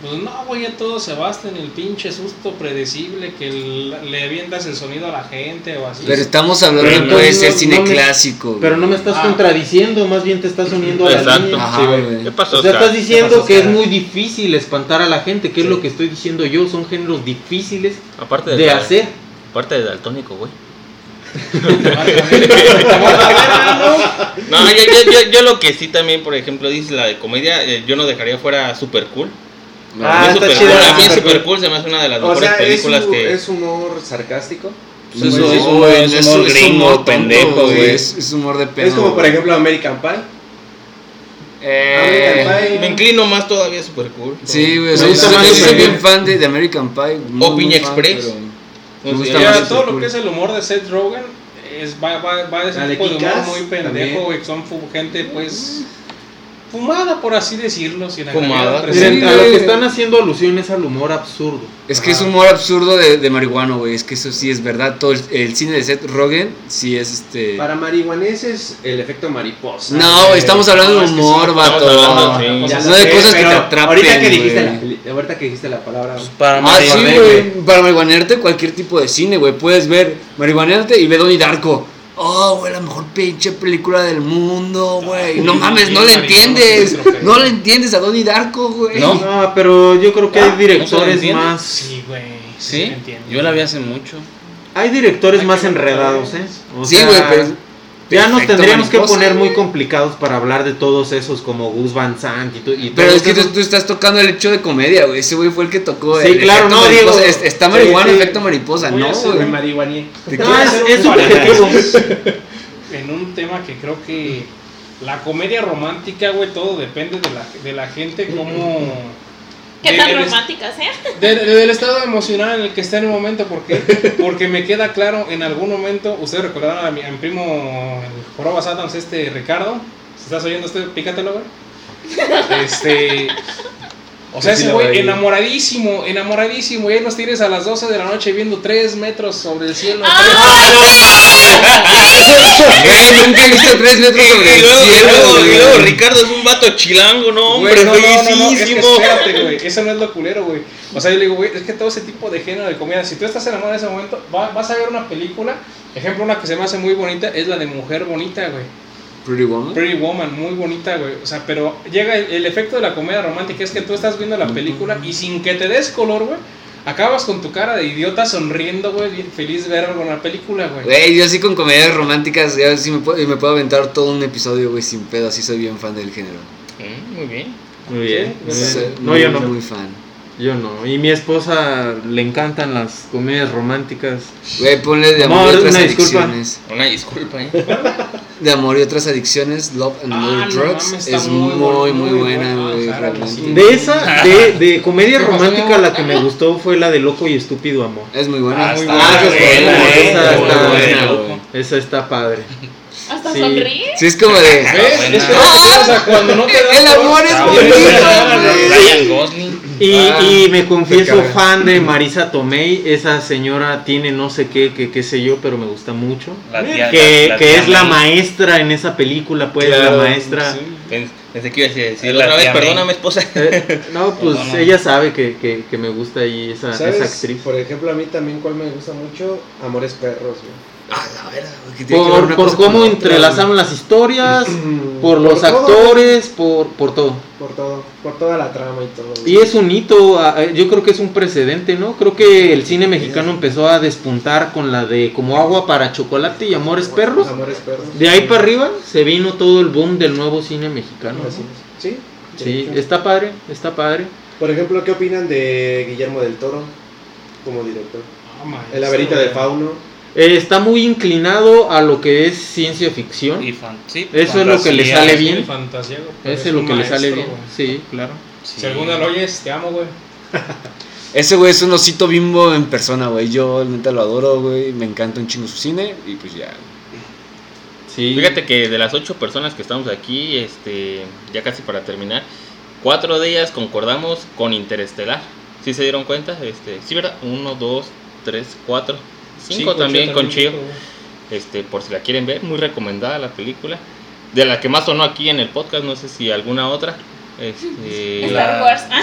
B: Pues no, güey, ya todo se basta en el pinche susto predecible que el- le avientas el sonido a la gente o así.
E: Pero estamos
A: Pero
E: hablando de
A: entonces
E: ser
A: no-
E: cine
A: no me-
E: clásico. güey.
A: pero no me estás
B: Ah.
A: contradiciendo más bien te estás uniendo a la
C: Exacto.
A: línea.
E: Ajá,
C: Sí, güey.
E: güey.
C: ¿Qué pasó?
A: O sea,
C: Oscar?
A: estás diciendo
D: pasó,
A: que es
D: Oscar?
A: muy difícil espantar a la gente, que es lo que estoy diciendo yo, son géneros difíciles
C: Aparte
A: de hacer.
C: Aparte de daltónico, güey.
B: Pero
C: No, yo, yo, yo, yo lo que sí también, por ejemplo, dice la de comedia, eh, yo no dejaría fuera Super Cool.
E: No,
A: Ah,
C: A mí
A: está
C: Super
A: chida
C: Cool-
A: la
C: a mí
D: Super
C: Super
D: Cool.
C: Cool se me hace una de las
D: O
C: mejores
D: sea, es,
C: películas
D: hu-
C: que...
D: es humor sarcástico.
E: pues es
C: Pues,
E: humor,
F: es
E: no es
F: humor
E: humor
F: gringo,
E: tonto,
F: pendejo, güey.
E: Es, es humor de pedo.
D: es como, por
E: güey.
D: ejemplo, American Pie.
E: Eh,
D: American
C: Me inclino más todavía a Super Cool.
E: Sí, güey.
A: Me
E: Soy,
A: gusta
E: soy-
A: más
E: yo soy
A: Super
E: bien
A: Cool.
E: fan de, de American Pie. muy,
C: O
E: muy
C: Piña
E: fan,
C: Express.
E: pero me gusta
C: Ya,
E: más
B: todo
E: Super
B: lo
E: Cool.
B: que es el humor de Seth Rogen es, va, va, va de ese
D: La de
B: tipo de humor
D: Kick-Ass
B: muy
D: también.
B: pendejo, güey. Son fu- gente, pues, fumada, por así decirlo. Sin
C: Fumada.
A: Miren,
B: agregar
E: Sí,
B: presente.
A: a lo
E: güey.
A: que están haciendo alusión es al humor absurdo.
E: Es que es
B: Ajá.
E: humor absurdo de, de marihuano, güey. Es que eso sí es verdad. Todo el, el cine de Seth Rogen sí es este.
D: Para marihuaneses, el efecto mariposa.
E: No,
D: güey.
E: estamos hablando
B: No,
E: de
B: es que sí,
E: humor,
C: estamos hablando
E: vato.
C: de-
E: No
D: Ya
E: de
D: sé,
E: cosas que te
D: pero
E: atrapen.
D: Ahorita que, dijiste
E: güey.
D: la, peli- ahorita que dijiste la palabra.
F: Para
E: Ah, sí,
F: marihuana-
E: güey. Para marihuanearte, cualquier tipo de cine, güey. Puedes ver marihuanearte y ve Donnie Darko. Oh, güey, la mejor pinche película del mundo, güey. No mames, no le entiendes. No le entiendes a Donnie Darko, güey.
F: No.
A: No, pero yo creo que hay directores
F: entiende?
A: más.
B: Sí, güey.
F: Sí,
B: entiendo.
F: yo la vi hace mucho.
A: Hay directores
B: Hay
A: más
B: que-
A: enredados, ¿eh? O
E: Sí,
A: sea,
E: güey, pues, pero
A: Ya nos
E: Efecto
A: tendríamos que
E: mariposa,
A: poner muy
E: güey.
A: complicados para hablar de todos esos como Gus Van Sant y, to- y
E: Pero
A: todos
E: es que tú,
A: esos.
E: tú estás tocando el hecho de comedia, güey. Ese güey fue el que tocó.
A: Sí,
E: el
A: claro,
E: efecto
A: no,
E: mariposa.
A: digo,
E: Es- está
A: sí,
E: marihuana,
A: sí.
E: efecto mariposa,
D: Voy a
E: no,
D: hacer
E: güey.
D: de marihuanier.
E: Te
A: No,
E: quiero
A: es-
E: hacer un
A: Ah, es subjetivo.
B: en un tema que creo que la comedia romántica, güey, todo depende de la, de la gente, como...
G: ¿Qué
B: de-
G: tan
B: del est-
G: románticas, eh?
B: de- de- del estado emocional en el que está en el momento, porque porque me queda claro, en algún momento, ustedes recordarán a mi, a mi primo el Jorobas Adams, este Ricardo, si estás oyendo este, pícatelo, güey. Este... O sea,
D: Sí, sí
B: ese
D: lo
B: güey
D: veo.
B: enamoradísimo, enamoradísimo, y ahí nos tienes a las 12 de la noche viendo 3 metros sobre el cielo.
G: Ah,
E: Güey, nunca he visto tres metros sobre
C: Y
E: el
C: luego, y
E: cielo,
C: luego- y
E: güey.
C: luego Ricardo es un vato chilango, no,
B: Güey,
C: hombre,
B: no, no, no, no, es que
C: feísimo.
B: espérate, güey, eso no es lo culero, güey. O sea, yo le digo, güey, es que todo ese tipo de género de comida, si tú estás enamorado en ese momento, va- vas a ver una película, ejemplo, una que se me hace muy bonita, es la de Mujer Bonita, güey.
E: Pretty Woman.
B: Pretty Woman, muy bonita, güey. O sea, pero llega el, el efecto de la comedia romántica, es que tú estás viendo la película y sin que te des color, güey, acabas con tu cara de idiota sonriendo, güey, bien feliz de ver algo en la película, güey.
E: Güey, yo sí con comedias románticas, ya sí me puedo, me puedo aventar todo un episodio, güey, sin pedo, así soy bien fan del género.
C: Mm, muy bien.
A: Muy bien. muy bien.
E: Soy
A: No,
E: muy,
A: yo no.
E: Muy fan.
A: Yo no. Y mi esposa le encantan las comedias románticas.
E: Güey, ponle de amor,
A: Amor,
E: y otras
A: una disculpa.
E: adicciones.
C: Una disculpa, ¿eh?
E: De amor y otras adicciones, Love and
B: Ah,
E: Other
B: no
E: Drugs.
B: mames, está
E: es
B: muy
E: muy,
B: bu-
E: muy,
B: muy
E: buena,
B: buena,
E: güey.
B: claro que
E: realmente.
B: sí.
A: De esa, de, de comedia
B: ¿Qué pasó,
A: romántica,
B: mi amor?
A: la que me gustó fue la de Loco y Estúpido Amor.
E: Es muy buena.
B: Ah,
E: Ah,
B: muy
E: esa
B: buena,
E: es buena,
A: güey,
E: esa
A: muy
E: está
A: buena,
E: buena,
C: güey.
E: güey.
A: Esa está padre.
G: Hasta
A: Sí.
G: sonríe.
E: Sí, es como de.
B: ¿Ves?
C: buena.
B: Es que, o sea, cuando no te das
E: El amor
B: color-
E: es
B: Ah,
E: bonito,
B: güey.
C: Ryan Gosling.
A: Y,
E: Ah,
A: y me confieso
E: cabrón.
A: fan de Marisa Tomei. Esa señora tiene no sé qué, que qué sé yo, pero me gusta mucho.
F: La tía-
A: que
F: la-
A: que
F: tía
A: es la
F: May.
A: maestra en esa película, pues,
D: Claro,
A: la maestra.
D: sí.
C: Pens- Pensé que iba a decir, decir
F: Es la
C: otra vez,
F: tía May.
C: perdóname, esposa.
A: Eh, no, pues
F: Perdóname.
A: ella sabe que, que- que me gusta ahí esa,
D: ¿Sabes?
A: esa actriz.
D: Por ejemplo, a mí también, ¿cuál me gusta mucho? Amores Perros, güey.
E: Ah, la verga, güey, que tiene que ver
A: Por,
E: una
A: por
E: cosa con
A: cómo
E: otra,
A: entrelazaron las historias, Ah, por los
D: Mm. todo,
A: actores, por, por todo.
D: Por todo, por toda la trama y todo.
A: Y es un hito, a- a- yo creo que es un precedente, ¿no? Creo que el cine mexicano empezó a despuntar con la de como agua para chocolate y amores perros.
D: Amores Perros.
A: De ahí para arriba se vino todo el boom del nuevo cine mexicano.
D: Así
A: ¿no?
D: es. Sí.
A: Sí, está padre, está padre.
D: Por ejemplo, ¿qué opinan de Guillermo del Toro como director?
B: Ah, maestro,
D: El laberinto de
B: güey.
D: Fauno.
A: Eh, está muy inclinado a lo que es ciencia ficción.
F: Y fan- sí,
A: Eso es lo que le
F: fantasía,
A: sale
B: Es
A: bien.
B: el fantasía, güey, pero
A: Ese es lo
B: un
A: que le sale
B: maestro,
A: bien.
B: güey.
A: Sí, claro.
F: sí.
B: Si alguna lo oyes, te amo, güey.
E: Ese güey es un osito bimbo en persona, güey. Yo neta lo adoro, güey. Me encanta un chingo su cine. Y pues ya.
A: Sí.
C: Fíjate que de las ocho personas que estamos aquí, este, ya casi para terminar, cuatro de ellas concordamos con Interestelar. ¿Sí se dieron cuenta? Este, sí, ¿verdad? Uno, dos, tres, cuatro. Cinco
B: Sí,
C: también con Chio.
B: güey.
C: Este, por si la quieren ver, muy recomendada la película. De la que más sonó aquí en el podcast, no sé si alguna otra. Este,
F: La-
G: Star Wars. Ah,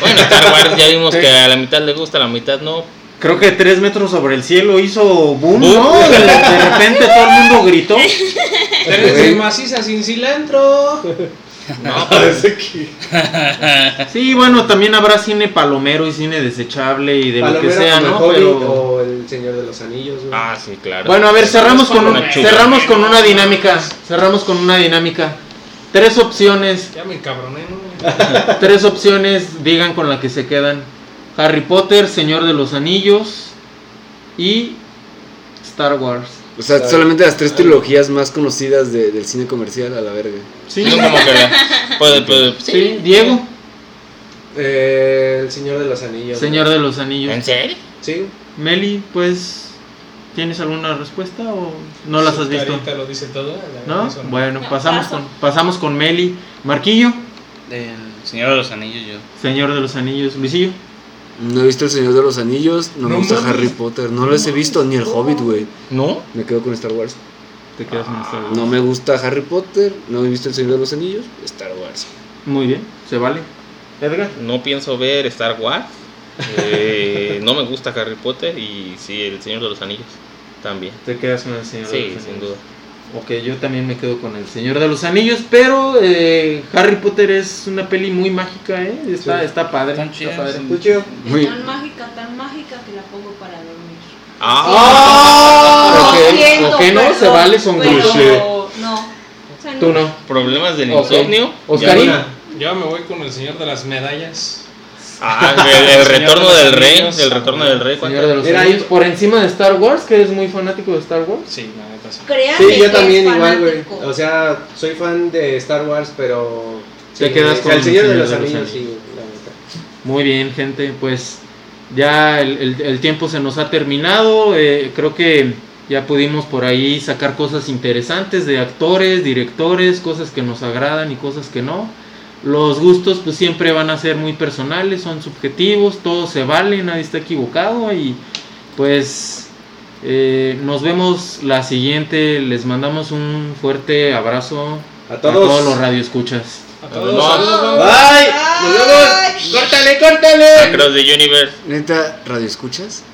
C: Bueno, Star Wars ya vimos que a la mitad le gusta, a la mitad no.
A: Creo que tres metros sobre el cielo hizo boom,
C: Boom.
A: ¿no? De, de repente todo el mundo gritó.
B: Tres de maciza sin cilantro. pues,
C: No,
D: Parece que.
A: Sí, bueno, también habrá cine palomero y cine desechable y de lo que
D: Palomero
A: sea,
D: como el
A: ¿no?
D: Hobbit
A: Pero...
D: O el Señor de los Anillos, güey.
C: Ah, sí, claro.
A: Bueno, a ver, cerramos con, un-
C: Una chula.
A: cerramos con una dinámica. Cerramos con una dinámica. Tres opciones,
B: Ya me encabroné, ¿no?
A: tres opciones, digan con la que se quedan. Harry Potter, Señor de los Anillos y Star Wars.
E: O sea,
D: Claro.
E: solamente las tres trilogías más conocidas de- del cine comercial a la verga.
A: Sí,
C: Digo, como que la- pues, pues,
A: sí, Diego,
D: Eh, el Señor de los Anillos.
A: Señor de los
C: ¿En
A: Anillos.
C: serio?
D: güey. Sí.
A: Meli, pues, ¿tienes alguna respuesta o no las
B: Su
A: has visto?
B: carita lo dice todo. la
A: ¿No?
B: verdad, eso
A: Bueno,
G: No,
A: pasamos
G: paso.
A: con, pasamos con Meli. Marquillo,
F: El Señor de los Anillos, yo.
A: Señor de los Anillos. Luisillo,
E: No he visto El Señor de los Anillos, no, me
B: No
E: gusta
B: mames.
E: Harry Potter, no los he visto, ni El Hobbit, güey.
C: ¿No?
E: Me quedo con Star Wars.
A: te quedas en Star Wars.
E: No me gusta Harry Potter, no he visto El Señor de los Anillos, Star Wars.
A: Muy bien, se vale. Edgar.
C: No pienso ver Star Wars. Eh, no me gusta Harry Potter y sí, El Señor de los Anillos también.
A: Te quedas con el Señor de
C: Sí,
A: los Anillos.
C: sin duda.
A: Ok, yo también me quedo con el Señor de los Anillos, pero eh, Harry Potter es una peli muy mágica, ¿eh? Está,
D: Sí.
A: está padre.
F: Están
A: está
F: chidas.
A: padre.
D: ¿Tú, Chio?
E: Muy-
H: tan mágica, tan mágica que la pongo para dormir.
A: Ah,
H: Sí,
A: ok,
H: siento,
A: ok, no,
H: perdón,
A: se vale sonreír.
H: pero No. O sea,
A: Tú no.
C: Problemas del
A: Ok.
C: insomnio.
A: Oscarín.
C: Ya,
B: Yo me voy con el señor de las medallas.
C: Ah, el, el retorno del rey.
B: Señor de los
C: El retorno del rey. ¿cuánto?
A: Señor de los
D: Era
A: Anillos,
D: ahí.
A: por encima de Star Wars, que eres muy fanático de Star Wars.
B: Sí, la neta sí.
H: Créanme
D: Sí,
H: que
D: yo
H: es
D: también igual, güey.
H: fanático.
D: O sea, soy fan de Star Wars, pero.
A: Te
D: sí,
A: quedas
D: o sea,
A: con
D: El Señor de
A: Señor
D: los
A: de los
D: Anillos,
A: Anillos.
D: sí, güey, la neta.
A: Muy bien, gente, pues ya el, el- el tiempo se nos ha terminado. eh, creo que ya pudimos por ahí sacar cosas interesantes de actores, directores, cosas que nos agradan y cosas que no. Los gustos pues siempre van a ser muy personales, son subjetivos, todo se vale, nadie está equivocado y pues eh, nos vemos la siguiente. Les mandamos un fuerte abrazo
D: A todos.
A: a todos los radioescuchas.
B: A
C: No,
B: todos,
C: no,
D: Bye. Nos vemos.
C: Across the universe.
E: Neta, ¿radio escuchas?